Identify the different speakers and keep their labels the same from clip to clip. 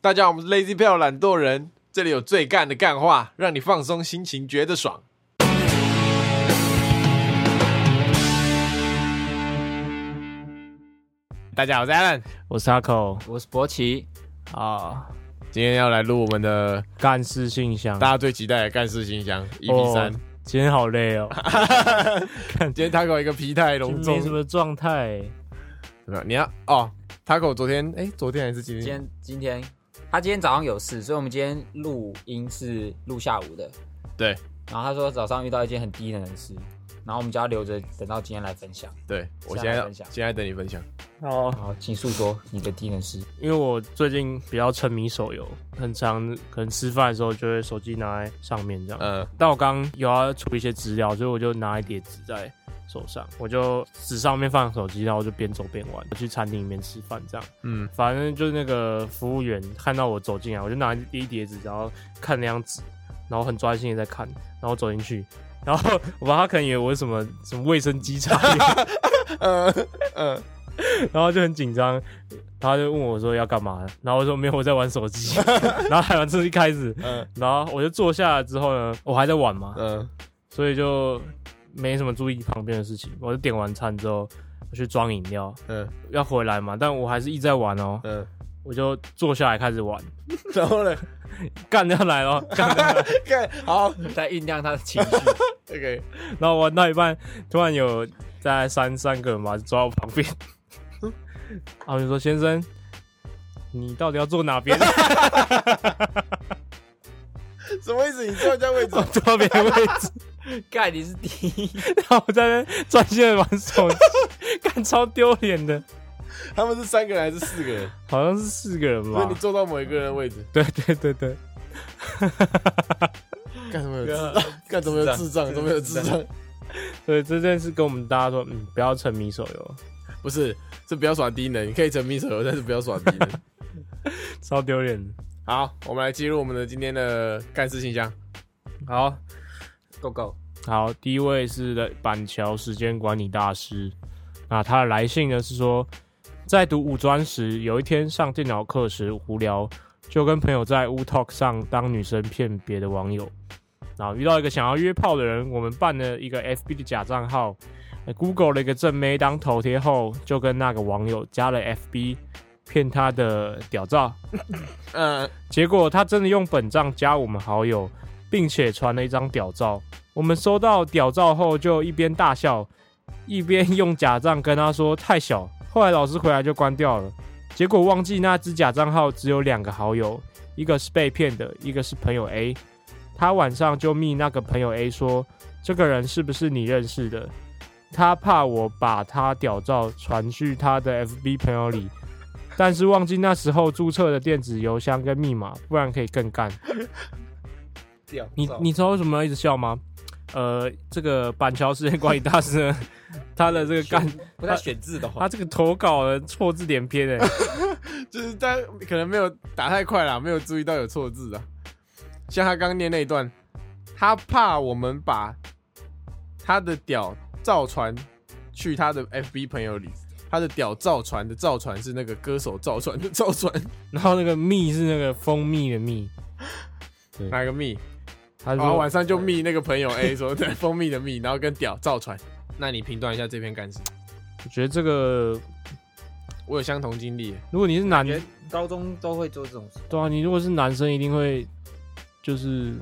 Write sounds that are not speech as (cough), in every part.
Speaker 1: 大家好，我们是 Lazy Bell 懒惰人，这里有最干的干话，让你放松心情，觉得爽。大家好，我是 Alan，
Speaker 2: 我是 Taco
Speaker 3: 我是博奇，
Speaker 2: 啊，
Speaker 1: 今天要来录我们的
Speaker 2: 干事信箱
Speaker 1: 大家最期待的干事信箱 EP
Speaker 2: 哦
Speaker 1: 三。
Speaker 2: 今天好累 (laughs) 哦，
Speaker 1: 今天 Taco 一个疲态
Speaker 2: 今
Speaker 1: 隆
Speaker 2: 天
Speaker 1: 重
Speaker 2: 没，什么状态，
Speaker 1: 怎么样？你要哦，Taco 昨天哎、昨天还是今
Speaker 3: 今
Speaker 1: 天？
Speaker 3: 天今天他今天早上有事，所以我们今天录音是录下午的。
Speaker 1: 对
Speaker 3: 然后他说早上遇到一件很低能的事，然后我们就要留着等到今天来分享。
Speaker 1: 对，我现
Speaker 3: 下来
Speaker 1: 在要
Speaker 3: 分享
Speaker 1: 现在等你分享。
Speaker 2: 哦，
Speaker 3: 好，请诉说你的低能事。
Speaker 2: 因为我最近比较沉迷手游，很常可能吃饭的时候就会手机拿在上面这样。
Speaker 1: 嗯，
Speaker 2: 但我刚有要处理一些资料，所以我就拿一叠纸在手上，我就纸上面放手机，然后我就边走边玩，我去餐厅里面吃饭这样。
Speaker 1: 嗯，
Speaker 2: 反正就是那个服务员看到我走进来，我就拿一叠纸，然后看那张纸，然后很专心的在看，然后走进去。然后我把他可能以为我是什么什么卫生稽查员，
Speaker 3: 嗯
Speaker 1: 呃呃，
Speaker 2: 然后就很紧张，他就问我说要干嘛，然后我说没有，我在玩手机， (laughs) 然后还玩手机开始，
Speaker 1: 嗯
Speaker 2: 然后我就坐下来之后呢，我还在玩嘛，
Speaker 1: 嗯，
Speaker 2: 所以就没什么注意旁边的事情。我就点完餐之后，我去装饮料，
Speaker 1: 嗯
Speaker 2: 要回来嘛，但我还是一直在玩哦，
Speaker 1: 嗯，
Speaker 2: 我就坐下来开始玩，
Speaker 1: 然后呢？ (laughs)
Speaker 2: 干要来了，干要来了，
Speaker 1: 看好
Speaker 3: 在酝酿他的情绪， (laughs)
Speaker 1: ，OK，
Speaker 2: 然后玩到一半，突然有大概三三个人吧，走到我旁边，然后我就说：“先生，你到底要坐哪
Speaker 1: (laughs)
Speaker 2: 边？
Speaker 1: 什么意思？你坐人家位置
Speaker 2: 我坐哪边的位置
Speaker 3: 盖你是低，？”
Speaker 2: 然后我在那边专心的玩手机，干超丢脸的，
Speaker 1: 他们是三个人还是四个人？
Speaker 2: 好像是四个人
Speaker 1: 所以
Speaker 2: 吧
Speaker 1: 你？坐到某一个人的位置，
Speaker 2: 对对对对， (laughs)
Speaker 1: 干什么有智障？ (laughs) 干什么有啊智障？怎么有智障？
Speaker 2: 所以这件事跟我们大家说，嗯，不要沉迷手游，
Speaker 1: 不是，是不要耍低能，你可以沉迷手游，但是不要耍低 (laughs) 能。
Speaker 2: 超丢脸的。
Speaker 1: 好，我们来进入我们的今天的干事信箱。
Speaker 2: 好
Speaker 3: 够够。
Speaker 2: 好，第一位是的板桥时间管理大师，那他的来信呢是说，在读五专时，有一天上电脑课时无聊，就跟朋友在 w Talk 上当女生骗别的网友，然后遇到一个想要约炮的人，我们办了一个 FB 的假账号呃，Google 了一个正妹当头贴后，就跟那个网友加了 FB，骗他的屌照。
Speaker 1: 嗯，
Speaker 2: 结果他真的用本账加我们好友，并且传了一张屌照。我们收到屌照后，就一边大笑，一边用假账跟他说太小。后来老师回来就关掉了。结果忘记那只假账号只有两个好友，一个是被骗的，一个是朋友 A。他晚上就密那个朋友 A 说，这个人是不是你认识的？他怕我把他屌照传去他的 FB 朋友里，但是忘记那时候注册的电子邮箱跟密码，不然可以更干。
Speaker 1: 屌
Speaker 2: 你
Speaker 3: 啊
Speaker 2: 你知道为什么要一直笑吗？呃，这个板桥时间管理大师呢， (laughs) 他的这个干，
Speaker 3: 不
Speaker 1: 呃
Speaker 3: 太选字的话，
Speaker 2: 他这个投稿的错字连篇哎，
Speaker 1: 就是但可能没有打太快啦，没有注意到有错字啊。像他刚念那一段，他怕我们把他的屌造传去他的 FB 朋友里，他的屌造传的造传是那个歌手造传的造 (laughs) 传，
Speaker 2: (laughs) 然后那个蜜是那个蜂蜜的蜜，
Speaker 1: 哪个蜜？
Speaker 2: 他
Speaker 1: 然后
Speaker 2: 说
Speaker 1: 晚上就密那个朋友 A 说 (laughs) 对蜂蜜的蜜，然后跟屌造传。那你评断一下这篇感受？
Speaker 2: 我觉得这个
Speaker 1: 我有相同经历耶，
Speaker 2: 如果你是男，
Speaker 3: 感觉高中都会做这种事，
Speaker 2: 对啊，你如果是男生一定会就是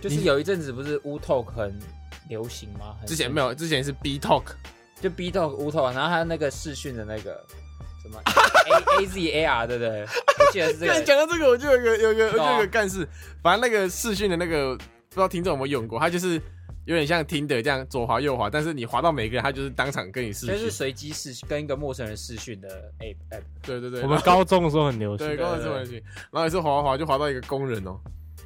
Speaker 3: 就是有一阵子不是乌 talk 很流行吗？很
Speaker 1: 之前没有，之前是 B Talk，
Speaker 3: 就 B Talk 乌头，然后还有那个视讯的那个什么 A A Z A R，对不对？啊我记得是这
Speaker 1: (laughs) 对，啊
Speaker 3: 个。
Speaker 1: 讲到这个，我就有一个有一个我就
Speaker 3: 对啊
Speaker 1: 有一个干事，反正那个视讯的那个，不知道听众有没有用过，它就是有点像听的这样左滑右滑，但是你滑到每个人，他就是当场跟你视
Speaker 3: 就是
Speaker 1: 讯。
Speaker 3: 随机试跟一个陌生人试训的 app app，
Speaker 1: 对对对，
Speaker 2: 我们高中的时候很流
Speaker 1: 对
Speaker 2: 行，
Speaker 1: 刚才这么去，然后也是滑滑滑就滑到一个工人哦，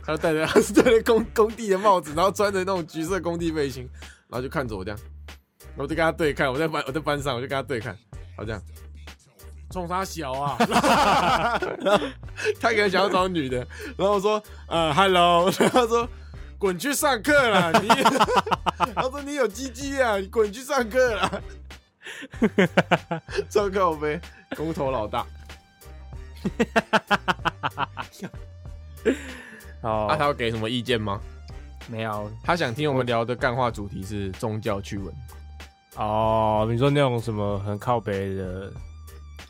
Speaker 1: 他就戴着 (laughs) 他是戴着工工地的帽子，然后穿着那种橘色工地背心，然后就看着我这样，然后我就跟他对看，我在班我在班上我就跟他对看，好这样。冲他小啊！然后 (laughs) 他可能想要找女的，然后我说呃，hello，然 (laughs) 后他说滚去上课啦， (laughs) 你，他说你有鸡鸡啊，你滚去上课 (laughs) 啦，上课呗，工头老大，
Speaker 3: 哦
Speaker 2: 好，
Speaker 1: 啊，他要给什么意见吗？
Speaker 2: 没有
Speaker 1: 他想听我们聊的干话主题是宗教趣闻，
Speaker 2: 哦。你说那种什么很靠北的，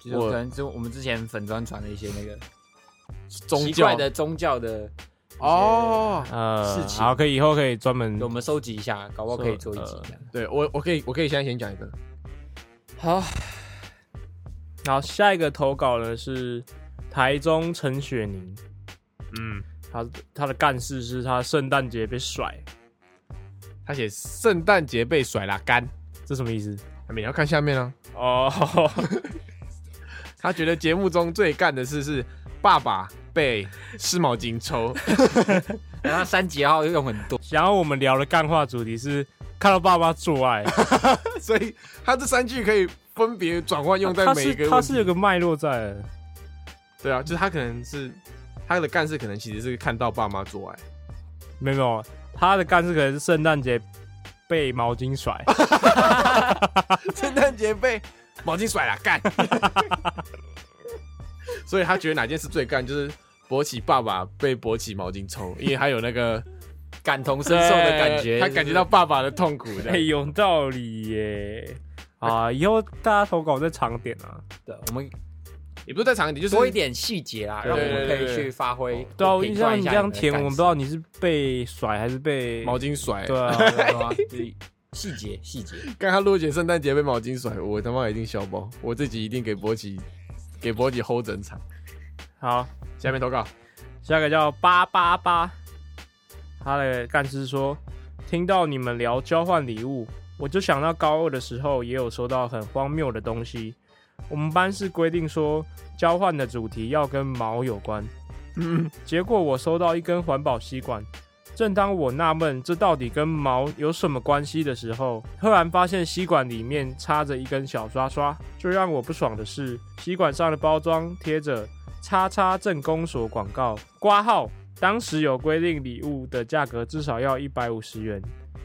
Speaker 3: 就是
Speaker 1: 我
Speaker 3: 可能就我们之前粉砖传的一些那个
Speaker 1: 宗
Speaker 3: 奇
Speaker 1: 教
Speaker 3: 怪的宗教的，
Speaker 1: 哦。
Speaker 2: 呃
Speaker 3: 事，情
Speaker 2: 好，可以以后可以专门
Speaker 3: 我们收集一下，搞不好可以做一集
Speaker 2: 说呃
Speaker 3: 这 (laughs) 样。
Speaker 1: 对我，我可以，我可以现在先讲一个，
Speaker 3: 好，
Speaker 2: 好，下一个投稿呢是台中陈雪凝，
Speaker 1: 嗯，
Speaker 2: 她她的干事是她圣诞节被甩，
Speaker 1: 他写圣诞节被甩了干，
Speaker 2: 这什么意思？
Speaker 1: 你要看下面啊。
Speaker 2: 哦，
Speaker 1: 他觉得节目中最干的事是爸爸被湿毛巾抽， (laughs)
Speaker 3: 然后三级号用很多，
Speaker 2: 然后我们聊的干话主题是看到爸妈做爱，
Speaker 1: 所以他这三句可以分别转换 (laughs) 用在
Speaker 2: 它
Speaker 1: 每一
Speaker 2: 啊是
Speaker 1: 个
Speaker 2: 它
Speaker 1: 问
Speaker 2: 是有
Speaker 1: 题。
Speaker 2: 个脉络在的，
Speaker 1: 对啊，就是他可能是他的干事，可能其实是看到爸妈做爱。
Speaker 2: 没有没有，她的干事可能是圣诞节被毛巾
Speaker 1: (laughs)
Speaker 2: 甩，
Speaker 1: 圣诞节被毛巾甩了，干。 (laughs) 所以他觉得哪件事最干，就是勃起爸爸被勃起毛巾抽，因为他有那个
Speaker 3: 感同身受的感觉，
Speaker 1: 他感觉到爸爸的痛苦
Speaker 2: 哎、
Speaker 1: 的。
Speaker 2: 有道理耶。啊，以后大家投稿再长点啊。
Speaker 3: 对，我们
Speaker 1: 也不是在场景，就是
Speaker 3: 多一点细节啦，
Speaker 1: 对
Speaker 3: 让我们可
Speaker 1: 对
Speaker 3: 以
Speaker 1: 对对
Speaker 3: 去发挥。
Speaker 2: 对啊，我
Speaker 3: 评
Speaker 2: 印
Speaker 3: 断
Speaker 2: 象
Speaker 3: 一
Speaker 2: 你这
Speaker 3: 下你
Speaker 2: 样
Speaker 3: 们的
Speaker 2: 填，我
Speaker 3: 感
Speaker 2: 们不知道你是被甩还是被
Speaker 1: 毛巾甩。
Speaker 2: 对啊，
Speaker 3: 受对啊对
Speaker 1: (laughs)
Speaker 3: 啊细节细节，
Speaker 1: 刚他录姐圣诞节被毛巾甩，我他妈一定笑爆，我自己一定给博奇给博奇 hold 整场。
Speaker 2: 好，
Speaker 1: 下面投稿，
Speaker 2: 下一个叫八八八，他的干事说，听到你们聊交换礼物，我就想到高二的时候也有收到很荒谬的东西。我们班是规定说交换的主题要跟毛有关，
Speaker 1: 嗯，
Speaker 2: 结果我收到一根环保吸管。正当我纳闷这到底跟毛有什么关系的时候，突然发现吸管里面插着一根小刷刷。最让我不爽的是，吸管上的包装贴着“叉叉镇公所”广告挂号。当时有规定礼物的价格至少要一百五十元，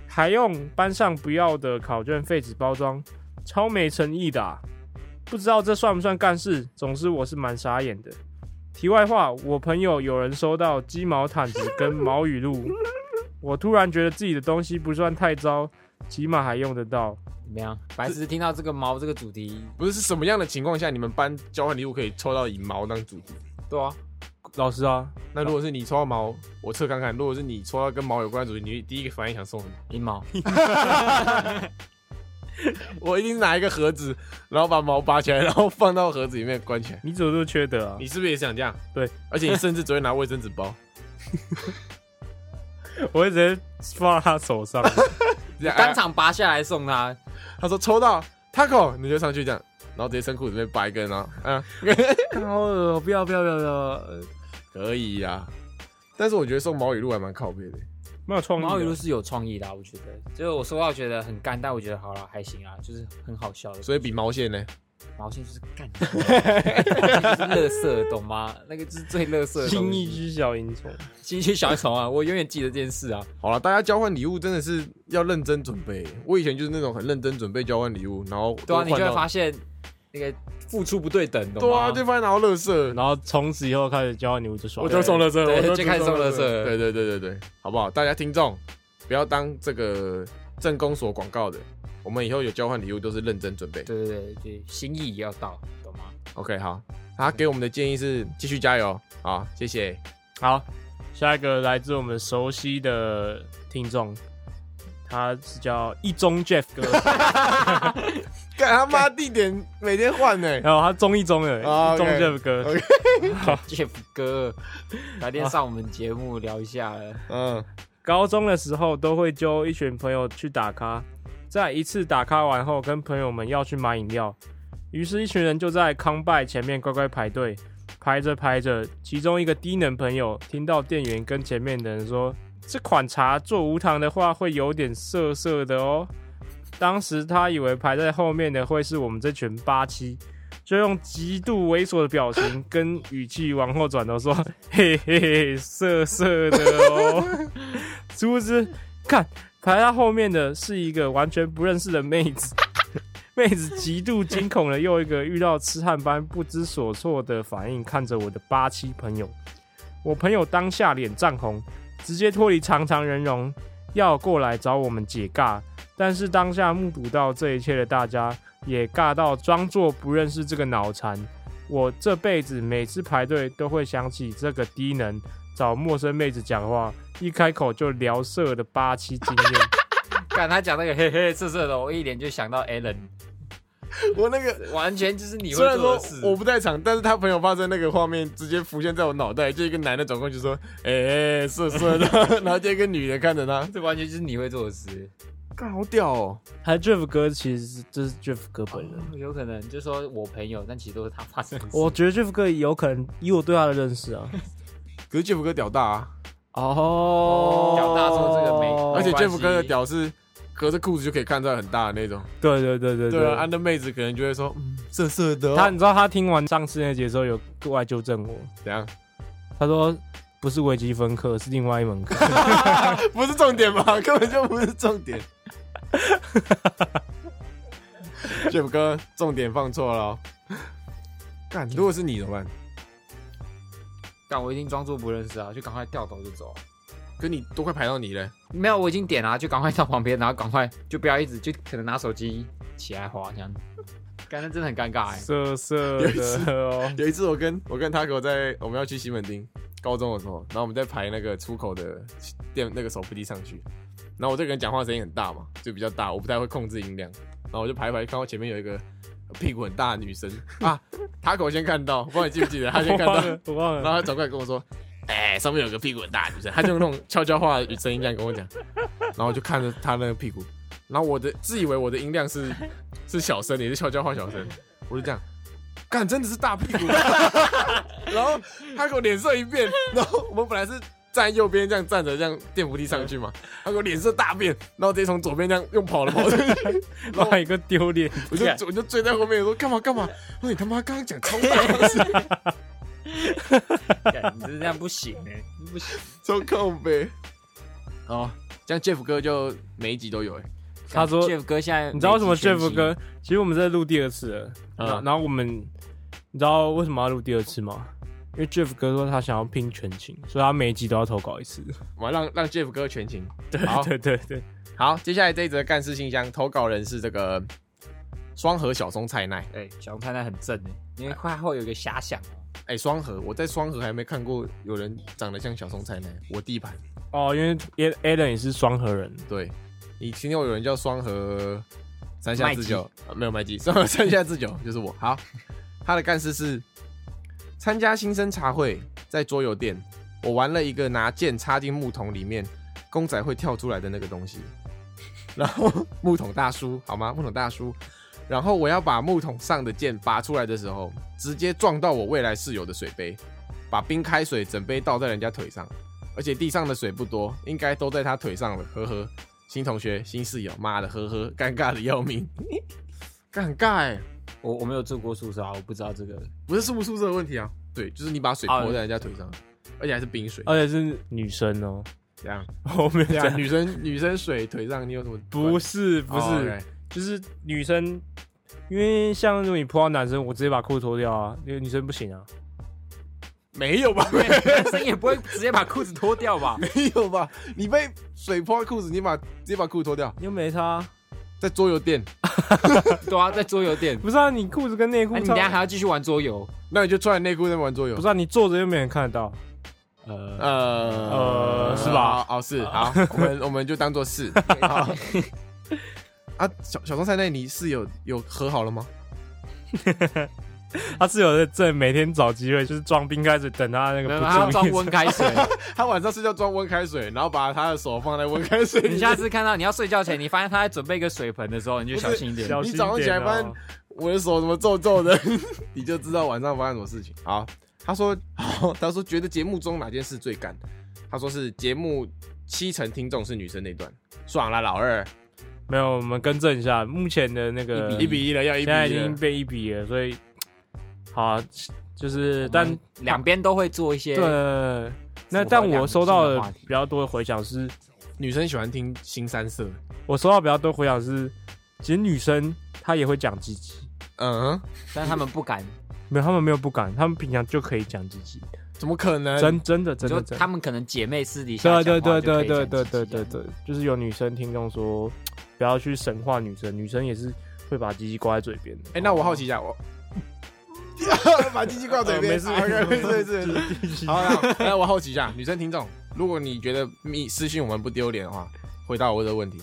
Speaker 2: 还用班上不要的考卷废纸包装，超没诚意的啊、不知道这算不算干事，总之我是蛮傻眼的。题外话，我朋友有人收到鸡毛毯子跟毛雨露，我突然觉得自己的东西不算太糟，起码还用得到。
Speaker 3: 怎么样？白石听到这个毛这个主题，
Speaker 1: 不是是什么样的情况下你们班交换礼物可以抽到以毛当主题？
Speaker 3: 对啊，
Speaker 2: 老师啊，
Speaker 1: 那如果是你抽到毛，我测看看；如果是你抽到跟毛有关的主题，你第一个反应想送什么？
Speaker 3: 阴毛，
Speaker 1: 我一定拿一个盒子，然后把毛拔起来，然后放到盒子里面关起来。
Speaker 2: 你怎么这么缺德啊？
Speaker 1: 你是不是也想这样？
Speaker 2: 对，
Speaker 1: 而且你甚至只会拿卫生纸 (laughs) 包，
Speaker 2: 我会直接放到他手上。
Speaker 1: 这样
Speaker 3: (laughs) 当场拔下来送他，
Speaker 1: 哎他说抽到 taco，你就上去这样，然后直接伸裤子里面拔一根啊，嗯，
Speaker 2: (laughs) 好恶不要不要不要不要！呃
Speaker 1: 可以呀、但是我觉得送毛雨露还蛮靠背的。
Speaker 2: 没有创意的。
Speaker 3: 毛语录是有创意的啊，我觉得。就是我收到觉得很干，但我觉得好了还行啊，就是很好笑的。
Speaker 1: 所以比毛线呢？
Speaker 3: 毛线就是干，就是乐色，懂吗？那个就是最乐色的
Speaker 2: 新
Speaker 3: 东
Speaker 2: 一
Speaker 3: 西。
Speaker 2: 只小萤虫，
Speaker 3: 新一小虫啊，我永远记得这件事啊。
Speaker 1: 好了，大家交换礼物真的是要认真准备。我以前就是那种很认真准备交换礼物，然后
Speaker 3: 对啊，
Speaker 1: 都换
Speaker 3: 你就会
Speaker 1: 到
Speaker 3: 发现那个付出不对等，懂
Speaker 1: 对
Speaker 3: 吗？
Speaker 1: 啊，就发现拿到乐色，
Speaker 2: 然后从此以后开始交换礼物就爽。
Speaker 1: 我就送乐色，
Speaker 3: 对
Speaker 1: 我
Speaker 3: 就开始送垃
Speaker 1: 垃
Speaker 3: 圾
Speaker 1: 圾对对对对对，好不好？大家听众不要当这个正宫所广告的，我们以后有交换礼物都是认真准备。
Speaker 3: 对对对，对，心意也要到，懂吗？
Speaker 1: OK，好，他给我们的建议是继续加油，好，谢谢。
Speaker 2: 好，下一个来自我们熟悉的听众，他是叫一中 Jeff 哥，
Speaker 1: (laughs) 干他妈地点每天换呢，
Speaker 2: 然后他中一中的、
Speaker 1: 哦
Speaker 2: 一中
Speaker 1: OK
Speaker 2: Jeff 哥
Speaker 1: OK
Speaker 3: Jeff 哥，来电上我们节目聊一下了。
Speaker 1: 嗯，
Speaker 2: 高中的时候都会揪一群朋友去打卡，在一次打卡完后，跟朋友们要去买饮料，于是，一群人就在康拜前面乖乖排队，排着排着，其中一个低能朋友听到店员跟前面的人说：“这款茶做无糖的话会有点涩涩的哦。”当时他以为排在后面的会是我们这群八七，就用极度猥琐的表情跟语气往后转头说：“嘿嘿嘿，涩涩的哦。”殊不知，看排在后面的是一个完全不认识的妹子， (laughs) 妹子极度惊恐的又一个遇到痴汉般不知所措的反应看着我的八七朋友，我朋友当下脸涨红，直接脱离长长人容，要过来找我们解尬。但是当下目睹到这一切的大家，也尬到装作不认识这个脑残。我这辈子每次排队都会想起这个低能找陌生妹子讲话，一开口就聊色的八七经验。
Speaker 3: 看他讲那个嘿嘿色色的，我一脸就想到 Alan，
Speaker 1: 我那个
Speaker 3: 完全就是你
Speaker 1: 虽
Speaker 3: 会
Speaker 1: 然
Speaker 3: 做
Speaker 1: 说
Speaker 3: 的事。
Speaker 1: 我不在场，但是他朋友发生那个画面直接浮现在我脑袋，就一个男的转过去说：“哎、欸，色色 (laughs) 的。”然后就一个女的看着他，
Speaker 3: 这完全就是你会做的事，
Speaker 1: 干好屌哦！
Speaker 2: (laughs) 还 Jeff 哥其实是这是 Jeff 哥本人，
Speaker 3: 哦有可能就说我朋友，但其实都是他发生的事。
Speaker 2: 我觉得 Jeff 哥有可能以我对他的认识啊，
Speaker 1: 可是 Jeff 哥屌大啊，
Speaker 2: (laughs) 哦
Speaker 3: 屌大说这个没
Speaker 1: 而且
Speaker 3: 关
Speaker 1: Jeff
Speaker 3: 系
Speaker 1: 哥的屌是隔着裤子就可以看出来很大的那种。
Speaker 2: 对对对对
Speaker 1: 对啊，安的妹子可能就会说：“嗯，色色的、哦。”
Speaker 2: 他你知道他听完上次那节之后有过来纠正我，
Speaker 1: 怎样？
Speaker 2: 他说不是微积分课，是另外一门课。
Speaker 1: 不是重 (laughs) 点吧？根本就不是重 (laughs) 点。Jeff 哥，重点放错了、哦。干，如果是你怎么办？
Speaker 3: 但我一定装作不认识啊，就赶快掉头就走啊。
Speaker 1: 可你都快排到你嘞，
Speaker 3: 没有，我已经点了啊、就赶快到旁边，然后赶快就不要一直就可能拿手机起来滑这样子，感觉真的很尴尬哎、
Speaker 2: (laughs) 色色
Speaker 1: 有一次
Speaker 2: 的哦，
Speaker 1: 有一次我跟我跟 Taco 在我们要去西门町，高中的时候，然后我们在排那个出口的店那个手扶梯上去，然后我这个人讲话声音很大嘛，就比较大，我不太会控制音量，然后我就排一排，看到前面有一个屁股很大的女生 (laughs) 啊，Taco 先看到，不知道你记不记得，他先看到，
Speaker 2: 我忘 (laughs) 了，
Speaker 1: 然后他转过来跟我说：“哎、上面有个屁股很大的女生。”他就用那种悄悄话的声音这样跟我讲，然后我就看着他那个屁股，然后我的自以为我的音量是 (laughs) 是小声的，也是悄悄话小声，我就这样，干真的是大屁股。 (laughs) 然后他给我脸色一变，然后我们本来是。站右边这样站着，这样电扶梯上去嘛，他给我脸色大变，然后直接从左边这样用跑了跑出去，
Speaker 2: 我忘了一个丢脸。
Speaker 1: 我就
Speaker 3: Yeah.
Speaker 1: 我就追在后面说干嘛干嘛，我说你他妈刚刚讲超大声，
Speaker 3: 干你这样不行哎、 (laughs) 你不行。
Speaker 1: 超靠背。哦，这样 Jeff 哥就每一集都有哎、
Speaker 2: 他 (laughs) 说
Speaker 3: Jeff 哥现在
Speaker 2: 你知道为什么
Speaker 3: 每集全集
Speaker 2: Jeff 哥？其实我们在录第二次了，
Speaker 1: 嗯
Speaker 2: 然后然后我们，你知道为什么要录第二次吗？因为 Jeff 哥说他想要拼全勤，所以他每一集都要投稿一次。
Speaker 1: 我要让让 Jeff 哥全勤。
Speaker 2: 对
Speaker 1: 好
Speaker 2: (laughs) 对对对，
Speaker 1: 好，接下来这一则干事信箱投稿人是这个双河小松菜奈。
Speaker 3: 哎、小红太太很正哎、因为快后有一个遐想哦。
Speaker 1: 哎、双河，我在双河还没看过有人长得像小松菜奈，我地盘。
Speaker 2: 哦，因为 A- Alan 也是双核人，
Speaker 1: 对，你听过有人叫双河三下
Speaker 3: 麦
Speaker 1: 智
Speaker 3: 基
Speaker 1: 久、啊没有麦基，双河三下智久就是我。好，他的干事是参加新生茶会，在桌游店，我玩了一个拿剑插进木桶里面，公仔会跳出来的那个东西，然后木桶大叔好吗？木桶大叔，然后我要把木桶上的剑拔出来的时候，直接撞到我未来室友的水杯，把冰开水整杯倒在人家腿上。而且地上的水不多，应该都在他腿上了，呵呵。新同学、新室友，妈的，呵呵，尴尬的要
Speaker 2: (laughs)
Speaker 1: 命，尴尬哎、
Speaker 3: 我我没有住过宿舍啊，我不知道这个。 (laughs)
Speaker 1: 不是宿不宿舍的问题啊，对，就是你把水
Speaker 2: 啊
Speaker 1: 泼在人家腿上，而且还是冰水，
Speaker 2: 而且是女生哦。
Speaker 1: 这样，
Speaker 2: (laughs) 我没有
Speaker 1: 对啊，
Speaker 2: 讲，
Speaker 1: (laughs) 女生女生水腿上你有什么
Speaker 2: 不哦是不
Speaker 1: 不
Speaker 2: 是，就是女生，因为像如果你扑到男生，我直接把裤子脱掉啊，因为女生不行啊。
Speaker 1: 没有吧？ (laughs)
Speaker 3: 男生也不会直接把裤子脱掉吧？
Speaker 1: 没有吧？你被水泼裤子，你把直接把裤子脱掉，
Speaker 2: 又没差，
Speaker 1: 在桌游店，
Speaker 3: (laughs) 对啊，在桌游店。
Speaker 2: 不是啊，你裤子跟内
Speaker 3: 那、
Speaker 2: 裤
Speaker 3: 你
Speaker 2: 差
Speaker 3: 等一下还要继续玩桌游？
Speaker 1: 那你就穿内裤在那边玩桌游
Speaker 2: 不，是啊，你坐着又没人看得到。
Speaker 3: 呃，
Speaker 1: 呃
Speaker 2: 呃是吧？啊
Speaker 1: 哦，是好，我们我们就当做
Speaker 2: (laughs)
Speaker 1: 是。好啊，小小松菜奈，你室友有和好了吗？
Speaker 2: 他室友在这每天找机会，就是装冰开始等他那个
Speaker 3: 没有
Speaker 2: 不
Speaker 3: 他要
Speaker 2: 注
Speaker 3: 装
Speaker 2: 意。 (laughs)
Speaker 3: 温开水。
Speaker 1: 他晚上睡觉装温开水，然后把他的手放在温开水里
Speaker 3: (laughs) 你下次
Speaker 2: (laughs)
Speaker 3: 看到你要睡觉前，你发现他在准备一个水盆的时候，你就小心一点。
Speaker 2: 小心一点哦
Speaker 1: 你早上起来发现我的手怎么皱皱的， (laughs) 你就知道晚上发生什么事情。好，他说， (laughs) 他说觉得节目中哪件事最干？他说是节目七成听众是女生那段，爽了老二，
Speaker 2: 没有，我们更正一下，目前的那个
Speaker 1: 一比一了，要一
Speaker 2: 现
Speaker 1: 比
Speaker 2: 在已
Speaker 1: 一了
Speaker 2: 经被一比了，所以好啊、就是
Speaker 3: 我们
Speaker 2: 但
Speaker 3: 两边都会做一些
Speaker 2: 对。那
Speaker 3: 符合
Speaker 2: 但
Speaker 3: 两
Speaker 2: 我
Speaker 3: 个
Speaker 2: 收到
Speaker 3: 新的
Speaker 2: 的
Speaker 3: 话题
Speaker 2: 比较多的回响是，
Speaker 1: 女生喜欢听新三色。
Speaker 2: 我收到比较多回响是，其实女生她也会讲鸡鸡，
Speaker 1: 嗯哼，
Speaker 3: 但他们不敢
Speaker 2: 没有，他们没有不敢，他们平常就可以讲鸡鸡，
Speaker 1: 怎么可能？
Speaker 2: 真真的真
Speaker 3: 就
Speaker 2: 的真
Speaker 3: 他
Speaker 2: 的。
Speaker 3: 们可能姐妹私底下
Speaker 2: 对
Speaker 3: 讲
Speaker 2: 对对
Speaker 3: 话就可
Speaker 2: 对
Speaker 3: 以讲
Speaker 2: 对对
Speaker 3: 鸡
Speaker 2: 对
Speaker 3: 鸡
Speaker 2: 对
Speaker 3: 这
Speaker 2: 对啊
Speaker 3: 样，
Speaker 2: 就是有女生听众说，不要去神化女生，女生也是会把鸡鸡挂在嘴边的。
Speaker 1: 哎、那我好奇一下，我 (laughs) 把鸡鸡挂嘴边、
Speaker 2: 呃没事
Speaker 1: 啊，OK，没事没事没事。
Speaker 2: 好，
Speaker 1: (laughs) 好，那那我好奇一下，女生听众，如果你觉得你私信我们不丢脸的话，回答我的问题：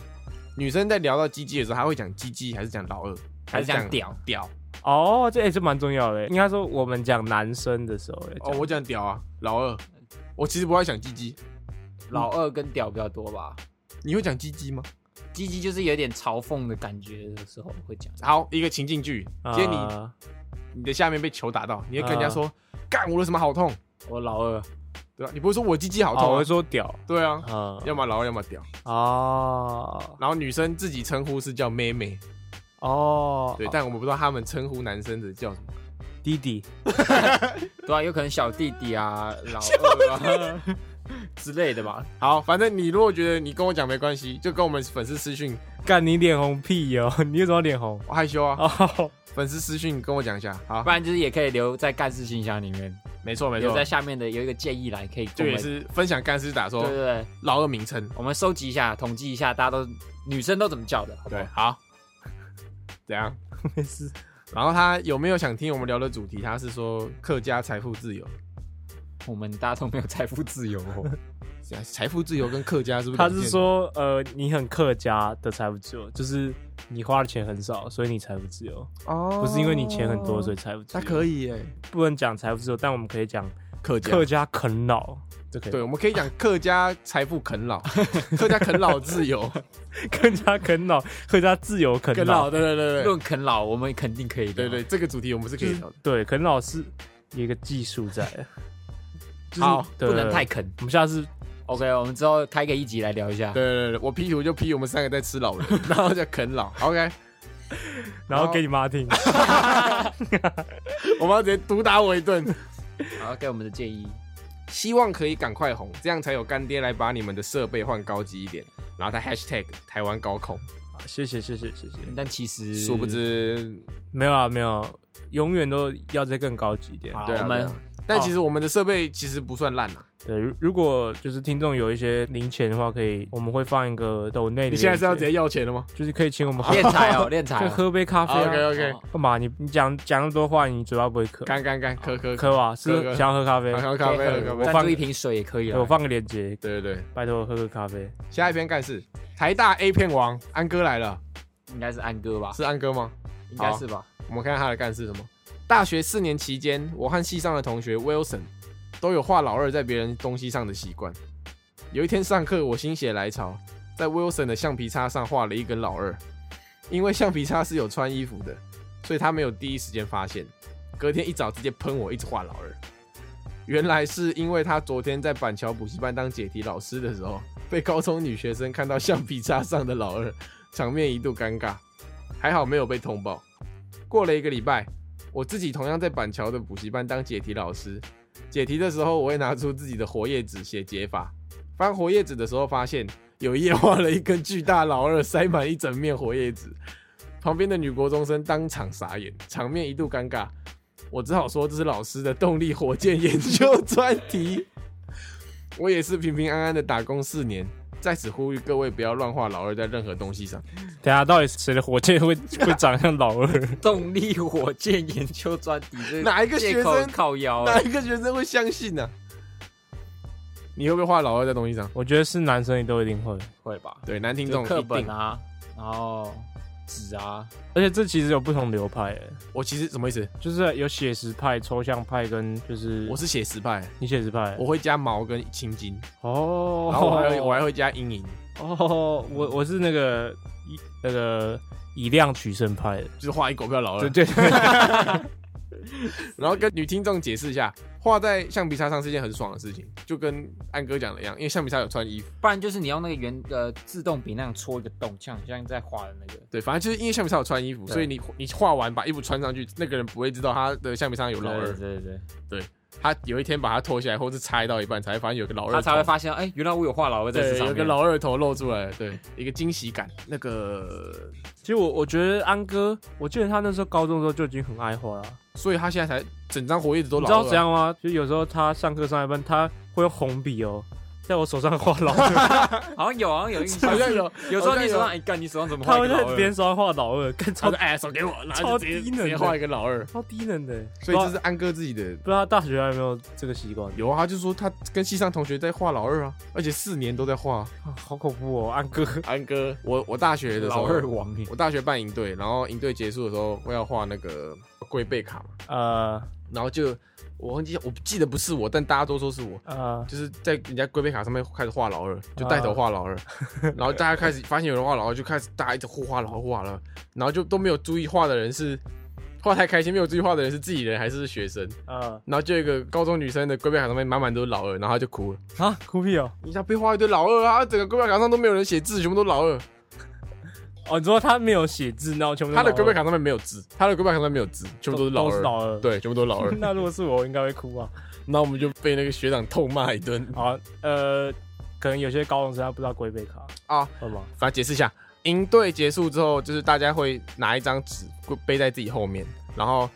Speaker 1: 女生在聊到鸡鸡的时候，她会讲鸡鸡，还是讲老二，
Speaker 3: 还是讲
Speaker 1: 讲
Speaker 3: 屌
Speaker 1: 屌？
Speaker 2: 哦，这也是蛮重要的。应该说我们讲男生的时候，欸
Speaker 1: 哦，我讲屌啊，老二。我其实不爱讲鸡鸡，
Speaker 3: 老二跟屌比较多吧。
Speaker 1: 你会讲鸡鸡吗？
Speaker 3: 鸡鸡就是有点嘲讽的感觉的时候会讲，
Speaker 1: 好，一个情境剧，今天你
Speaker 2: 啊
Speaker 1: 你的下面被球打到，你会跟人家说，干我有什么好痛，
Speaker 3: 我老二
Speaker 1: 对吧？你不会说我鸡鸡好
Speaker 2: 哦，我
Speaker 1: 痛
Speaker 2: 会
Speaker 1: 啊，
Speaker 2: 说屌
Speaker 1: (laughs) 对啊，
Speaker 2: 啊
Speaker 1: 要么老二，要么屌。
Speaker 2: 哦
Speaker 1: 然后女生自己称呼是叫妹妹，
Speaker 2: 哦，
Speaker 1: 对，但我们不知道他们称呼男生的叫什么。
Speaker 2: 弟弟
Speaker 3: 对啊，有可能小弟弟啊，老二
Speaker 2: (laughs)
Speaker 3: 啊之类的吧。
Speaker 1: 啊好，反正你如果觉得你跟我讲没关系，就跟我们粉丝私讯，
Speaker 2: 干你脸红屁哟、你为什么要脸红？
Speaker 1: 我害羞啊，
Speaker 2: 哦，
Speaker 1: 粉丝私讯跟我讲一下。好
Speaker 3: 不，然就是也可以留在干事信箱里面，
Speaker 1: 没错没
Speaker 3: 留
Speaker 1: 错
Speaker 3: 在，下面的有一个建议栏可以
Speaker 1: 就
Speaker 3: 跟我
Speaker 1: 也
Speaker 3: 们，
Speaker 1: 是分享干尸打
Speaker 3: 对
Speaker 1: 说
Speaker 3: 对对，
Speaker 1: 老二名称。
Speaker 3: 我们收集一下，统计一下，大家都女生都怎么叫的，好不
Speaker 1: 对，
Speaker 3: 好？
Speaker 1: 好， (laughs) 怎样？
Speaker 2: 没事，
Speaker 1: 然后他有没有想听我们聊的主题？他是说客家财富自由，
Speaker 3: 我们大家都没有财富自由、哦，
Speaker 1: 财富自由跟客家是不是？
Speaker 2: 他是，说呃，你很客家的财富自由，就是你花的钱很少，所以你财富自由，
Speaker 1: 哦，
Speaker 2: 不是因为你钱很多所以财富自
Speaker 1: 他
Speaker 2: 由。
Speaker 1: 可以耶，
Speaker 2: 不能讲财富自由，但我们可以讲
Speaker 1: 客家
Speaker 2: 客家啃老，这可以
Speaker 1: 对，，我们可以讲客家财富啃
Speaker 2: (laughs)
Speaker 1: 老，客家啃老自由，
Speaker 2: 啊客家啃老，客家自由
Speaker 1: (laughs)
Speaker 2: 啃
Speaker 1: 啃老，
Speaker 2: 老，
Speaker 1: 对对对对
Speaker 3: 论啃老，我们肯定可以的。
Speaker 1: 对对，这个主题我们是可以聊的。
Speaker 2: 对，啃老是有一个技术在，就是
Speaker 1: 好
Speaker 2: 对
Speaker 3: 不能太啃。
Speaker 2: 我们下次
Speaker 3: OK，我们之后开个一集来聊一下。
Speaker 1: 对对对，我 P 图就 P 我们三个在吃老人， (laughs) 然后就啃老。OK，
Speaker 2: 然后给你妈听，
Speaker 1: 我们要直接毒打我一顿。
Speaker 3: 好，给我们的建议。
Speaker 1: 希望可以赶快红，这样才有干爹来把你们的设备换高级一点。然后他 Hashtag 台湾高控，
Speaker 2: 好谢谢谢谢谢谢，
Speaker 3: 但其实
Speaker 1: 殊不知，
Speaker 2: 没有啊没有，永远都要再更高级一点。
Speaker 3: 好
Speaker 1: 对啊
Speaker 3: 我们
Speaker 1: 对啊但其实我们的设备其实不算烂啊。
Speaker 2: 对，如如果就是听众有一些零钱的话，可以我们会放一个抖内的链接。
Speaker 1: 你现在是要直接要钱了吗
Speaker 2: 就是可以请
Speaker 1: (laughs)
Speaker 2: 我们喝
Speaker 3: 练财哦，练财
Speaker 2: 就
Speaker 3: 哦。
Speaker 2: 喝杯咖啡、啊。
Speaker 1: ？OK OK，
Speaker 3: 好
Speaker 2: 干嘛？你你讲讲那么多话，你嘴巴不会渴？
Speaker 1: 干干干，可可可，
Speaker 2: 渴吧？是
Speaker 1: 渴渴
Speaker 2: 想要喝咖啡
Speaker 1: 好？喝咖啡，啊
Speaker 3: 可以
Speaker 1: 喝
Speaker 3: 可以
Speaker 1: 咖
Speaker 2: 我
Speaker 1: 啡。
Speaker 2: 放
Speaker 3: 赞助一瓶水也可以
Speaker 2: 对
Speaker 3: 啊了。
Speaker 2: 我放个链接，
Speaker 1: 对对对，
Speaker 2: 拜托喝个咖啡。
Speaker 1: 下一篇干事，台大 A 片王安哥来了，
Speaker 3: 应该是安哥吧？
Speaker 1: 是安哥吗？
Speaker 3: 应该是吧？ (laughs)
Speaker 1: 我们看看他的干事是什么。大学四年期间，我和系上的同学 Wilson 都有画老二在别人东西上的习惯。有一天上课，我心血来潮，在 Wilson 的橡皮擦上画了一根老二。因为橡皮擦是有穿衣服的，所以他没有第一时间发现。隔天一早直接喷我，一直画老二。原来是因为他昨天在板桥补习班当解题老师的时候，被高中女学生看到橡皮擦上的老二，场面一度尴尬。还好没有被通报。过了一个礼拜，我自己同样在板桥的补习班当解题老师。解题的时候，我会拿出自己的活页纸写解法。翻活页纸的时候，发现有一页画了一根巨大老二，塞满一整面活页纸。旁边的女国中生当场傻眼，场面一度尴尬。我只好说这是老师的动力火箭研究专题。我也是平平安安的打工四年，在此呼吁各位不要乱画老二在任何东西上。
Speaker 2: 等一下到底谁的火箭会会长像老二？
Speaker 3: 动力火箭研究专题，这
Speaker 1: (laughs) 哪一个学
Speaker 3: 借口
Speaker 1: 生
Speaker 3: 靠腰啊
Speaker 1: 哪？一个学生会相信呢、你会不会画老二在东西上？
Speaker 2: (laughs) 我觉得是男生也都一定会，
Speaker 3: 会吧？
Speaker 1: 对，男听
Speaker 3: 就
Speaker 1: 众
Speaker 3: 课
Speaker 1: 一
Speaker 3: 本
Speaker 1: 定。
Speaker 3: 啊，然后纸啊，
Speaker 2: 而且这其实有不同流派，欸
Speaker 1: 我其实什么意思？
Speaker 2: 就是有写实派、抽象派跟就是
Speaker 1: 我是写实派，
Speaker 2: 你写实派
Speaker 1: 我会加毛跟青筋，
Speaker 2: 哦，
Speaker 1: 然后我还会我还会加阴影，
Speaker 2: 哦，我我是那个以那个以量取胜派的，
Speaker 1: 就是画一狗票老
Speaker 2: 对
Speaker 1: 二。
Speaker 2: 对对，
Speaker 1: (laughs) 然后跟女听众解释一下，画在橡皮擦上是件很爽的事情，就跟安哥讲的一样，因为橡皮擦有穿衣服。
Speaker 3: 不然就是你用那个圆呃自动笔那样戳一个洞，像像在画的那个。
Speaker 1: 对，反正就是因为橡皮擦有穿衣服，
Speaker 3: 对
Speaker 1: 所以你你画完把衣服穿上去，那个人不会知道他的橡皮擦有老
Speaker 3: 对
Speaker 1: 二。
Speaker 3: 对对，
Speaker 1: 他有一天把它脱下来，或是拆到一半，才会发现有个老二头。
Speaker 3: 他才会发现，哎，原来我有画老二在这
Speaker 1: 对，
Speaker 3: 上
Speaker 1: 有
Speaker 3: 面。
Speaker 1: 个老二头露出来，对，一个惊喜感。那个
Speaker 2: 其实我我觉得安哥，我记得他那时候高中的时候就已经很爱画了，
Speaker 1: 所以他现在才整张活页纸都
Speaker 2: 你
Speaker 1: 老
Speaker 2: 知
Speaker 1: 二啊。
Speaker 2: 道怎样吗？就有时候他上课上一半，他会用红笔哦，在我手上画老 (laughs) 二，
Speaker 3: 好像有，好像有印
Speaker 1: (laughs)
Speaker 3: 象
Speaker 1: 好。像有，
Speaker 3: 有时候
Speaker 1: 好像
Speaker 3: 你
Speaker 1: 有
Speaker 3: 手上一干，你手上怎么
Speaker 2: 他
Speaker 3: 画
Speaker 2: 会
Speaker 3: 一个
Speaker 2: 在
Speaker 3: 老
Speaker 2: 别
Speaker 3: 二？
Speaker 2: 人手上画老二，更
Speaker 1: 他
Speaker 2: 超
Speaker 1: 说：“哎，手给我，然后就直接
Speaker 2: 超低能的
Speaker 1: 直接画一个老二。
Speaker 2: 超低能的。”欸
Speaker 1: 所以这是安哥自己的。
Speaker 2: 不知道大学还有没有这个习惯，
Speaker 1: 有啊，他就说他跟系上同学在画老二啊，而且四年都在画啊、
Speaker 2: (laughs) 啊好恐怖哦， (laughs) 安哥。
Speaker 1: 安哥，我我大学的时
Speaker 3: 老
Speaker 1: 候，
Speaker 3: 二王耶，
Speaker 1: 我大学办营队，然后营队结束的时候，我要画那个龟背卡嘛，
Speaker 2: 呃
Speaker 1: 然后就我忘记，我记得不是我，但大家都说是我，
Speaker 2: 呃，
Speaker 1: 就是在人家龟背卡上面开始画老二，就带头画老二， (laughs) 然后大家开始发现有人画老二，就开始大家一直互画老二，互画老二，然后就都没有注意画的人是画太开心，没有注意画的人是自己人还是学生，
Speaker 2: 呃
Speaker 1: 然后就有一个高中女生的龟背卡上面满满都是老二，然后她就哭了，
Speaker 2: 啊，酷屁哦！
Speaker 1: 你想被画一堆老二啊，整个龟背卡上都没有人写字，全部都老二，
Speaker 2: 哦，你说他没有写字，然后全部都
Speaker 1: 她的
Speaker 2: 老
Speaker 1: 龟背
Speaker 2: 二
Speaker 1: 卡上面没有字，她的龟背卡上面没有字，全部都是老
Speaker 2: 都是
Speaker 1: 二，
Speaker 2: 老二。
Speaker 1: 对，全部都是老二
Speaker 2: (laughs) ，那如果是我，我应该会哭啊。
Speaker 1: 然后我们就被那个学长痛骂一顿，
Speaker 2: 好，呃，可能有些高中生他不知道龟背卡
Speaker 1: 啊，
Speaker 2: 会吗？
Speaker 1: 反正解释一下，营队结束之后，就是大家会拿一张纸背在自己后面，然后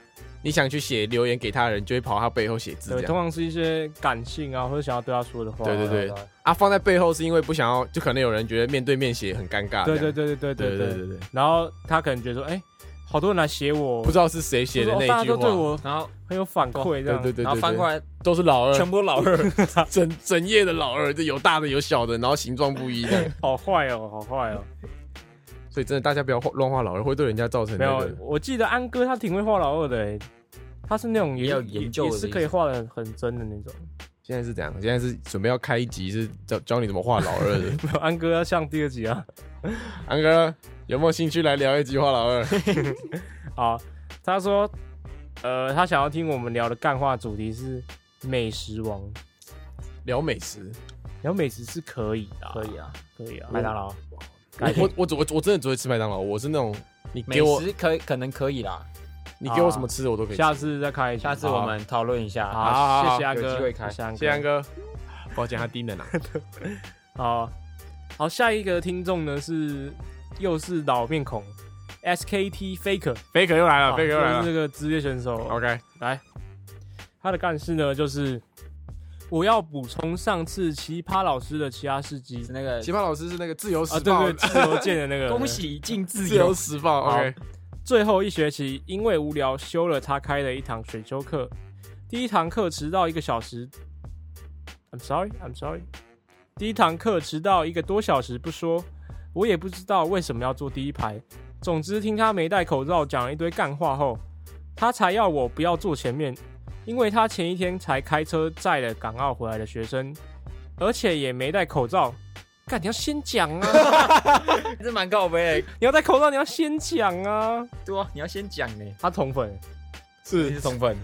Speaker 1: 你想去写留言给他的人，就会跑到他背后写字
Speaker 2: 对，
Speaker 1: 这
Speaker 2: 通
Speaker 1: 样。
Speaker 2: 常是一些感性啊，或者想要对他说的话。
Speaker 1: 啊对对对
Speaker 2: 对
Speaker 1: 啊，放在背后是因为不想要，就可能有人觉得面对面写很尴尬这样。
Speaker 2: 对对对对对
Speaker 1: 啊对对
Speaker 2: 对。
Speaker 1: 对对，
Speaker 2: 然后他可能觉得说，哎，好多人来写我，
Speaker 1: 不知道是谁写的
Speaker 2: 我说哦大
Speaker 1: 那
Speaker 2: 家
Speaker 1: 一句
Speaker 2: 都
Speaker 1: 话。哦
Speaker 2: 对我
Speaker 3: 然后
Speaker 2: 很有反馈这
Speaker 1: 对
Speaker 2: 样。
Speaker 1: 对对对，
Speaker 3: 然后翻过
Speaker 1: 来
Speaker 3: 来
Speaker 1: 都是老二
Speaker 3: 全，部
Speaker 1: (laughs)
Speaker 3: 都老二，
Speaker 1: 整整页的老二，这有大的有小的，然后形状不一这样。
Speaker 2: 好坏哦，好坏哦。
Speaker 1: 所以真的大家不要画乱画老二，会对人家造成
Speaker 2: 没
Speaker 1: 那
Speaker 2: 有
Speaker 1: 个，。
Speaker 2: 我记得安哥他挺会画老二的、欸，他是那种也
Speaker 3: 也有研究的
Speaker 2: 也是可以画的很真的那种。 (laughs)
Speaker 1: 现在是怎样？现在是准备要开一集是教教你怎么画老二的。
Speaker 2: 没有安哥要上第二集啊， (laughs)
Speaker 1: 安哥有没有兴趣来聊一集画老二？
Speaker 2: 好，他说，呃，他想要听我们聊的干话主题是美食王，
Speaker 1: 聊美食。
Speaker 2: 聊美食是可以的啊、
Speaker 3: 可以啊，
Speaker 2: 可以啊，
Speaker 3: 麦当劳
Speaker 1: 我我我只我我真的只会吃麦当劳，我是那种你
Speaker 3: 美
Speaker 1: 给我
Speaker 3: 食可以可能可以啦，
Speaker 1: 你给我什么吃的我都可以吃。
Speaker 2: 下次再开一集，
Speaker 3: 下次我们啊讨论一
Speaker 2: 好
Speaker 3: 下。
Speaker 2: 好
Speaker 1: 好好
Speaker 2: 谢谢安
Speaker 3: 有
Speaker 2: 哥，
Speaker 3: 机会开
Speaker 2: 谢谢安
Speaker 1: 谢谢安
Speaker 2: 哥，
Speaker 1: 哥，抱歉他低能啊。
Speaker 2: 好好，下一个听众呢是又是老面孔，SKT Faker，
Speaker 1: Faker 又来了
Speaker 2: 啊
Speaker 1: ，Faker 又来
Speaker 2: 就
Speaker 1: 了。
Speaker 2: 是这个职业选手
Speaker 1: OK，
Speaker 2: 他的干事呢，就是我要补充上次奇葩老师的其他事迹
Speaker 3: 是那个
Speaker 1: 奇葩老师是那个自由
Speaker 2: 啊，
Speaker 1: 时
Speaker 2: 对
Speaker 1: 报
Speaker 2: 对，，自由界的那个。
Speaker 3: (laughs) 恭！喜进自
Speaker 1: 自由
Speaker 3: 由，
Speaker 1: 时报。
Speaker 2: 好
Speaker 1: OK，
Speaker 2: 最后一学期因为无聊修了他开的一堂选修课，第一堂课迟到一个小时。I'm sorry, I'm sorry。第一堂课迟到一个多小时不说，我也不知道为什么要坐第一排。总之，听他没戴口罩讲了一堆干话后，他才要我不要坐前面，因为他前一天才开车载了港澳回来的学生，而且也没戴口罩。 (laughs) 干，你要先讲啊！
Speaker 3: 还是蛮高呗。
Speaker 2: 你要戴口罩，你要先讲啊！ (laughs)
Speaker 3: 对啊，你要先讲呢。
Speaker 2: 他同粉欸、
Speaker 3: 你是同粉，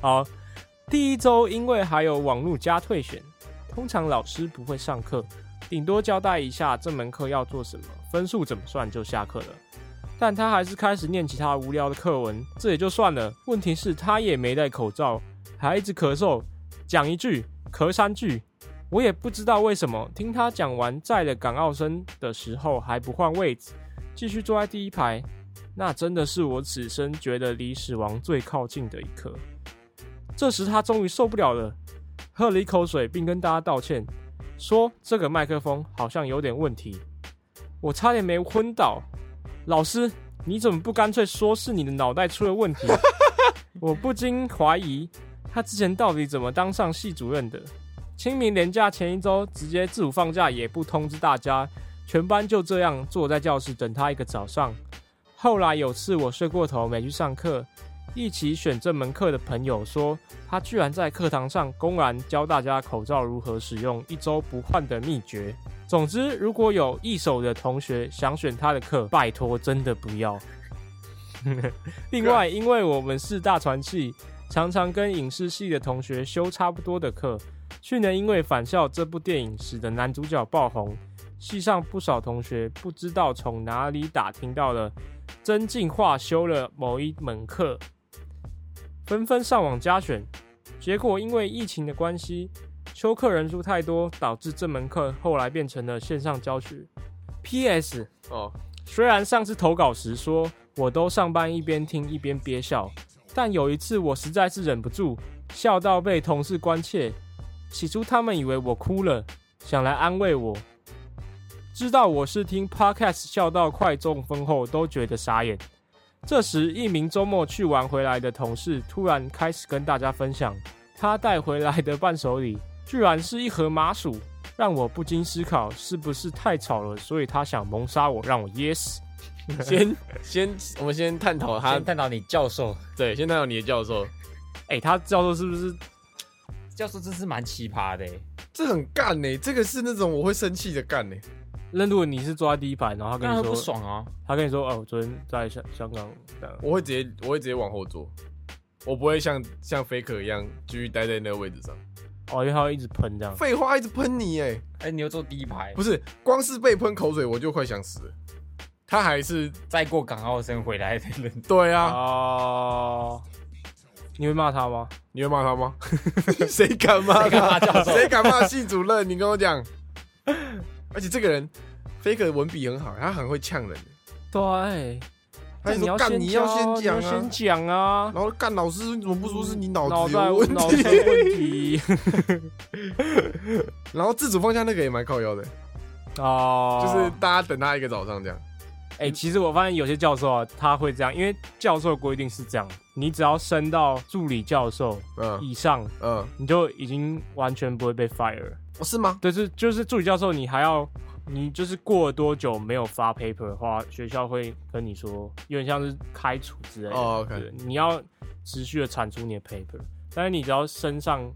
Speaker 2: 好，第一周因为还有网络加退选，通常老师不会上课，顶多交代一下这门课要做什么，分数怎么算就下课了。但他还是开始念其他无聊的课文，这也就算了。问题是，他也没戴口罩，还一直咳嗽，讲一句咳三句。我也不知道为什么，听他讲完在的港澳生的时候还不换位置，继续坐在第一排，那真的是我此生觉得离死亡最靠近的一刻。这时他终于受不了了，喝了一口水，并跟大家道歉，说这个麦克风好像有点问题。我差点没昏倒。老师，你怎么不干脆说是你的脑袋出了问题？ (laughs) 我不禁怀疑他之前到底怎么当上系主任的。清明连假前一周，直接自主放假，也不通知大家，全班就这样坐在教室等他一个早上。后来有次我睡过头没去上课，一起选这门课的朋友说，他居然在课堂上公然教大家口罩如何使用一周不换的秘诀。总之，如果有一手的同学想选他的课，拜托真的不要。 (laughs) 另外，因为我们是大传系，常常跟影视系的同学修差不多的课。去年因为《返校》这部电影使得男主角爆红，系上不少同学不知道从哪里打听到了曾进化修了某一门课，纷纷上网加选，结果因为疫情的关系，修课人数太多，导致这门课后来变成了线上教学。P.S.
Speaker 1: 哦，
Speaker 2: 虽然上次投稿时说我都上班一边听一边憋笑，但有一次我实在是忍不住，笑到被同事关切。起初他们以为我哭了，想来安慰我。知道我是听 podcast 笑到快中风后，都觉得傻眼。这时，一名周末去玩回来的同事突然开始跟大家分享，他带回来的伴手礼居然是一盒麻薯，让我不禁思考是不是太吵了，所以他想谋杀我，让我
Speaker 1: (laughs)
Speaker 2: 噎死。
Speaker 1: 先 (laughs) 先我们先探讨他
Speaker 3: 先，探讨你教授，
Speaker 1: 对，先探讨你的教授，
Speaker 2: 哎、他教授是不是
Speaker 3: 教授真是蛮奇葩的欸。
Speaker 1: 这很干呢、这个是那种我会生气的干呢、欸
Speaker 2: 那如果你是坐在第一排，然后他跟
Speaker 3: 那
Speaker 2: 你
Speaker 3: 会
Speaker 2: 说，
Speaker 3: 不爽啊？
Speaker 2: 他跟你说，哦，我昨天在香香港，这样
Speaker 1: 我会直接我会直接往后坐，我不会像像 faker 一样继续待在那个位置上。
Speaker 2: 哦，因为他会一直喷这样。
Speaker 1: 废话，一直喷你哎、
Speaker 3: 哎，你又坐第一排
Speaker 1: 不，是，光是被喷口水我就快想死了。他还是
Speaker 3: 再过港澳生回来的 (laughs) 人，
Speaker 1: 对啊，
Speaker 2: 哦，你会骂他吗？
Speaker 1: 你会骂他吗？ (laughs) 谁敢骂
Speaker 3: 谁敢骂教
Speaker 1: 他？
Speaker 3: 授
Speaker 1: 谁敢骂系主任？你跟我讲。而且这个人 faker 文笔很好，他很会呛人。
Speaker 2: 对，
Speaker 1: 啊哎他就
Speaker 2: 你
Speaker 1: 说
Speaker 2: 要
Speaker 1: 干，
Speaker 2: 先
Speaker 1: 你要
Speaker 2: 教
Speaker 1: 先讲
Speaker 2: 你要
Speaker 1: 啊
Speaker 2: 先。讲啊
Speaker 1: 然。后干老师你怎么不说是你脑
Speaker 2: 脑
Speaker 1: 子
Speaker 2: 袋
Speaker 1: 有问
Speaker 2: 脑袋有
Speaker 1: 题？(laughs)
Speaker 2: 问题
Speaker 1: 然后自主放下那个也蛮靠腰的，
Speaker 2: 哦，
Speaker 1: 就是大家等他一个早上这样。
Speaker 2: 哎、其实我发现有些教授啊，他会这样，因为教授规定是这样，你只要升到助理教授
Speaker 1: 嗯
Speaker 2: 以上，
Speaker 1: 嗯，
Speaker 2: 你就已经完全不会被 fire。
Speaker 1: 哦是吗？
Speaker 2: 对，是就是助理教授，你还要你就是过了多久没有发 paper 的话，学校会跟你说，有点像是开除之类的。
Speaker 1: 哦，OK
Speaker 2: 对，你要持续的产出你的 paper，但是你只要升上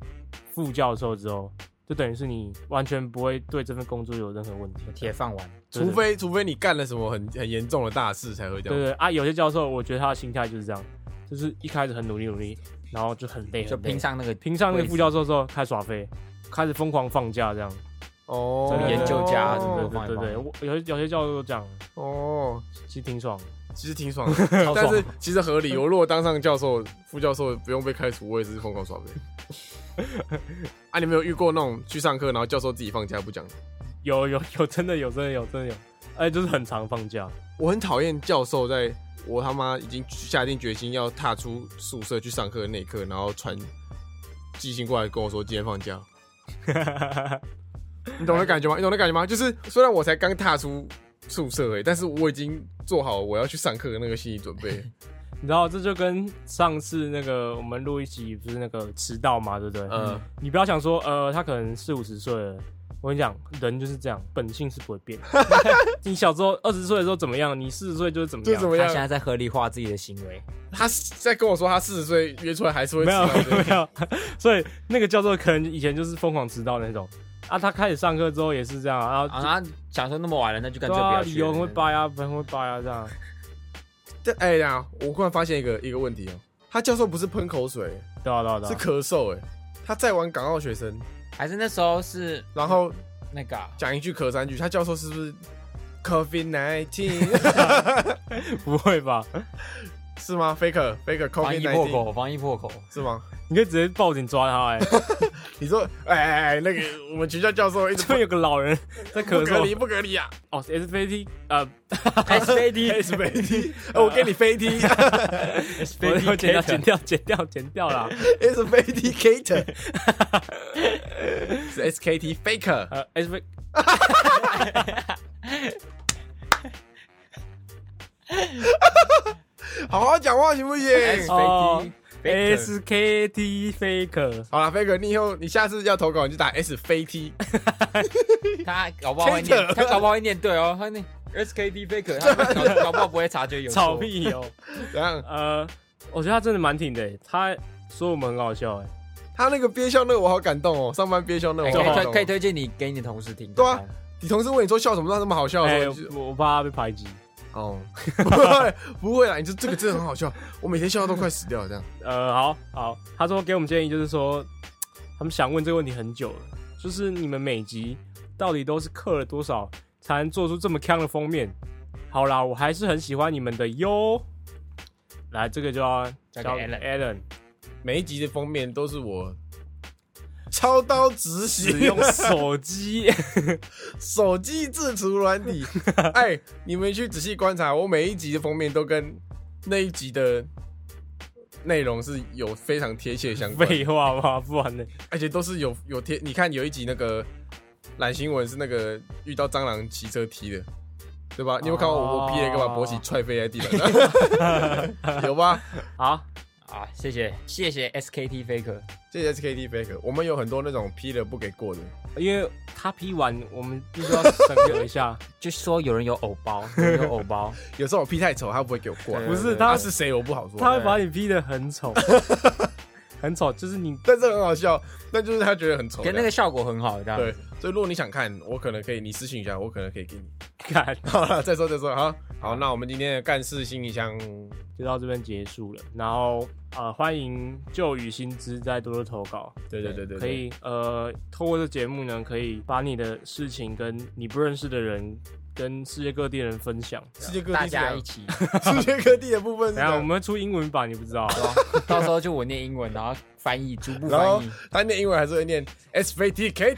Speaker 2: 副教授之后，就等于是你完全不会对这份工作有任何问题。
Speaker 3: 铁饭碗。
Speaker 2: 对对
Speaker 1: 除非除非你干了什么很很严重的大事才会这
Speaker 2: 对
Speaker 1: 样。
Speaker 2: 对啊，有些教授我觉得他的心态就是这样，就是一开始很努力努力，然后就很累，
Speaker 3: 就
Speaker 2: 很累
Speaker 3: 拼上那个
Speaker 2: 拼上那个副教授之后开始耍飞，开始疯狂放假这样。
Speaker 1: 哦
Speaker 2: 真的，
Speaker 3: 研究家真
Speaker 2: 对
Speaker 3: 的
Speaker 2: 对对对，我有些有些教授都这样，
Speaker 1: 哦，
Speaker 2: 其实挺爽
Speaker 3: (laughs)
Speaker 2: 的。
Speaker 1: 其实挺爽的，
Speaker 3: 超
Speaker 1: 但
Speaker 3: 爽
Speaker 1: 是其实合
Speaker 3: (laughs)
Speaker 1: 理。我如果当上教授、副教授，不用被开除，我也是疯狂耍飞。 (laughs) 啊，你们有遇过那种去上课，然后教授自己放假不讲？
Speaker 2: 有有有，真的有，真的有，真的有。哎，就是很常放
Speaker 3: (laughs)
Speaker 2: 假，
Speaker 1: 我很讨厌教授在我他妈已经下定决心要踏出宿舍去上课的那一刻，然后传寄信过来跟我说今天放假。你懂那感觉吗？你懂那感觉吗？就是虽然我才刚踏出宿舍而已，但是我已经做好我要去上课的那个心理准备。
Speaker 3: (laughs)
Speaker 2: 你知道这就跟上次那个我们录一集不是那个迟到嘛，对不对？
Speaker 1: 嗯，
Speaker 2: 你不要想说，呃，他可能四五十岁了。我跟你讲，人就是这样，本性是不会 (laughs) 变。你小时候二十岁的时候怎么样，你四十岁就是怎么
Speaker 1: 就
Speaker 2: 样
Speaker 1: 怎。么
Speaker 3: 他
Speaker 1: 样
Speaker 3: 现？在在合理化自己的行为，
Speaker 1: 他在跟我说他四十岁约出来还是会
Speaker 2: 没
Speaker 1: 迟
Speaker 2: 有
Speaker 1: 到对不对
Speaker 2: 没有， (laughs) 所以那个教授可能以前就是疯狂迟到那种啊。他开始上课之后也是这样啊，然后
Speaker 3: 啊，然后想说那么晚了，那就干
Speaker 2: 对
Speaker 3: 脆不
Speaker 2: 啊，
Speaker 3: 要去
Speaker 2: 理
Speaker 3: 了。
Speaker 2: 由很会掰啊，很会掰啊，这样。
Speaker 1: 但哎呀，我忽然发现一个一个问题哦、他教授不是喷口水，
Speaker 2: 对啊对啊对啊。
Speaker 1: 是咳嗽哎、他在玩港澳学生，
Speaker 3: 还是那时候是
Speaker 1: 然后
Speaker 3: 那个啊
Speaker 1: 讲一句咳三句，他教授是不是 COVID nineteen (laughs)
Speaker 2: 不会吧？
Speaker 1: 是吗？Faker Faker
Speaker 3: 防
Speaker 1: COVID
Speaker 3: 疫破
Speaker 1: nineteen
Speaker 3: 口，防疫破 (laughs) 口，
Speaker 1: 是吗？
Speaker 2: 你可以直接报警抓他、哎，
Speaker 1: 你说哎哎哎，那个我们学校教授一 (laughs) 直
Speaker 2: (laughs) 这边有个老人在
Speaker 1: 不
Speaker 2: 咳
Speaker 1: 隔离
Speaker 2: 嗽。
Speaker 1: 不隔离啊，
Speaker 2: 哦，SVT，呃
Speaker 1: (laughs)
Speaker 3: SVD
Speaker 1: 是飞踢，哎我给你飞踢，
Speaker 2: (laughs)
Speaker 1: (laughs)
Speaker 2: 我要剪掉，剪
Speaker 3: SVD
Speaker 2: 掉，剪掉，剪掉 (laughs) 啦。
Speaker 1: 是飞踢 Kater，是 SKT Faker。
Speaker 2: 呃，SV，
Speaker 1: 好好讲话行不行？
Speaker 2: 哦
Speaker 3: SVD
Speaker 2: SKT Faker，
Speaker 1: 好了，Faker，你以后你下次要投稿，你就打 S 飞 T，
Speaker 3: (laughs) 他搞不好会念，他搞不好会念对哦，他念 SKD Faker，他搞
Speaker 1: (laughs)
Speaker 3: 搞不好不会察觉有错
Speaker 2: 草，屁哦。
Speaker 1: 怎样？
Speaker 2: 呃，我觉得他真的蛮挺的、哎他说我们很好笑、哎，
Speaker 1: 他那个憋笑那个我好感动哦，上班憋笑那个
Speaker 3: 哎
Speaker 1: 我
Speaker 3: 可以
Speaker 1: 好感
Speaker 3: 推
Speaker 1: 动
Speaker 3: 可以
Speaker 1: 哦。
Speaker 3: 推荐你给你的同事听。
Speaker 1: 对啊你同事问你说笑什么，那这么好笑的
Speaker 2: 哎、
Speaker 1: 时候，你就
Speaker 2: 我我怕他被排挤。
Speaker 1: (laughs) 哦，不会不会啦，你这这个真的很好笑，我每天笑到都快死掉了这样。
Speaker 2: 呃，好好，他说给我们建议就是说，他们想问这个问题很久了，就是你们每集到底都是刻了多少才能做出这么强的封面？好啦，我还是很喜欢你们的哟。来，这个就要
Speaker 3: 交给 Alan
Speaker 2: Alan
Speaker 1: 每一集的封面都是我操刀执
Speaker 2: 使
Speaker 1: 行
Speaker 2: 用手机， (laughs)
Speaker 1: 手机制除软 (laughs) 体。哎，你们去仔细观察，我每一集的封面都跟那一集的内容是有非常贴切相关的，
Speaker 2: 废话吧，不然呢？
Speaker 1: 而且都是有有贴。你看有一集那个懒新闻是那个遇到蟑螂骑车踢的，对吧？你有没有看到我我毕业跟把
Speaker 2: 哦
Speaker 1: 博喜踹飞在地板上？ (laughs) 有吧？
Speaker 3: 好啊，谢谢谢谢 SKT Faker，
Speaker 1: 这也是 KT Baker，我们有很多那种批了不给过的，
Speaker 2: 因为他批完，我们必须要审核一下。
Speaker 3: 就说有人有偶包，有人有偶
Speaker 1: (laughs)
Speaker 3: 包，
Speaker 1: 有时候我批太丑，他不会给我过来。
Speaker 3: 对啊
Speaker 2: 不是
Speaker 1: 他
Speaker 2: 他
Speaker 1: 是谁我 (laughs) 不好说，
Speaker 2: 他会把你批的
Speaker 1: (laughs)
Speaker 2: 很丑，很丑，就是你
Speaker 1: 但是很好笑，那就是他觉得很丑这样。
Speaker 3: 跟那个效果很好，这样
Speaker 1: 对，所以如果你想看，我可能可以，你私信一下，我可能可以给你。 (laughs)
Speaker 2: (laughs) 看
Speaker 1: 好了，再说再说，好好，那我们今天的干事信箱，
Speaker 2: 就到这边结束了。然后呃，欢迎旧与新知再多多投稿，
Speaker 1: 对对对对，
Speaker 2: 可以呃，透过这节目呢，可以把你的事情跟你不认识的人，跟世界各地的人分享。
Speaker 1: 对，世界各地
Speaker 3: 大
Speaker 1: 是怎
Speaker 3: 家
Speaker 1: 样
Speaker 3: 一起，
Speaker 1: 世界各地的部分是这
Speaker 2: 然后我
Speaker 1: 样，
Speaker 2: 们会出英文版，你不
Speaker 1: (laughs)
Speaker 2: 知道。
Speaker 3: 到时候就我念英文，然后翻译，逐步
Speaker 1: 然后
Speaker 3: 翻译。
Speaker 1: 他念英文还是会念 S V T K，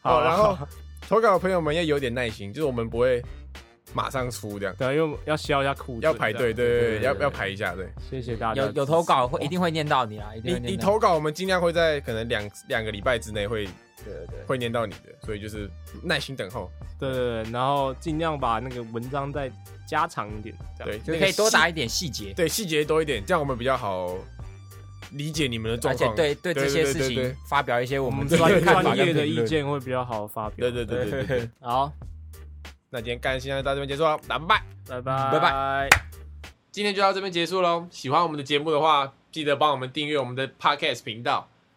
Speaker 1: 好，
Speaker 2: 啊
Speaker 1: 然后投稿的朋友们要有点耐心，就是我们不会马上出这样，
Speaker 2: 对，因为要消一下库，
Speaker 1: 要排
Speaker 2: 啊
Speaker 1: 队，对对
Speaker 3: 对
Speaker 1: 对，
Speaker 3: 对
Speaker 1: 要
Speaker 3: 对
Speaker 1: 要排一下，对。
Speaker 2: 谢谢大家
Speaker 3: 有
Speaker 2: 的支持。
Speaker 3: 有投稿会一定会念到哦你啊啦，一定
Speaker 1: 你
Speaker 3: 会
Speaker 1: 你
Speaker 3: 念到。
Speaker 1: 投稿，我们尽量会在可能两两个礼拜之内会
Speaker 3: 对对对，
Speaker 1: 会念到你的，所以就是耐心等候。
Speaker 2: 对对对，然后尽量把那个文章再加长一点，这样
Speaker 1: 对，
Speaker 3: 就可以多
Speaker 1: 打。
Speaker 3: 打一点细节，
Speaker 1: 对细节多一点，这样我们比较好理解你们的
Speaker 3: 而
Speaker 1: 状
Speaker 3: 且
Speaker 1: 况。
Speaker 3: 对对这些事
Speaker 1: 对对
Speaker 3: 情发表一些我
Speaker 2: 我们
Speaker 3: 们
Speaker 1: 对
Speaker 3: 专
Speaker 1: 对
Speaker 2: 专
Speaker 1: 对
Speaker 3: 看法
Speaker 2: 专
Speaker 3: 跟
Speaker 2: 业的
Speaker 3: 评
Speaker 2: 意
Speaker 3: 论。
Speaker 2: 见会比较好发表。
Speaker 1: 对对对对
Speaker 2: (laughs)
Speaker 1: 对。
Speaker 3: 好，
Speaker 1: 那今天干新闻到这边结束了，打拜。
Speaker 2: 拜拜
Speaker 3: 拜
Speaker 2: 拜。
Speaker 1: 今天就到这边结束喽。喜欢我们的节目的话，记得帮我们订阅我们的 Podcast 频道，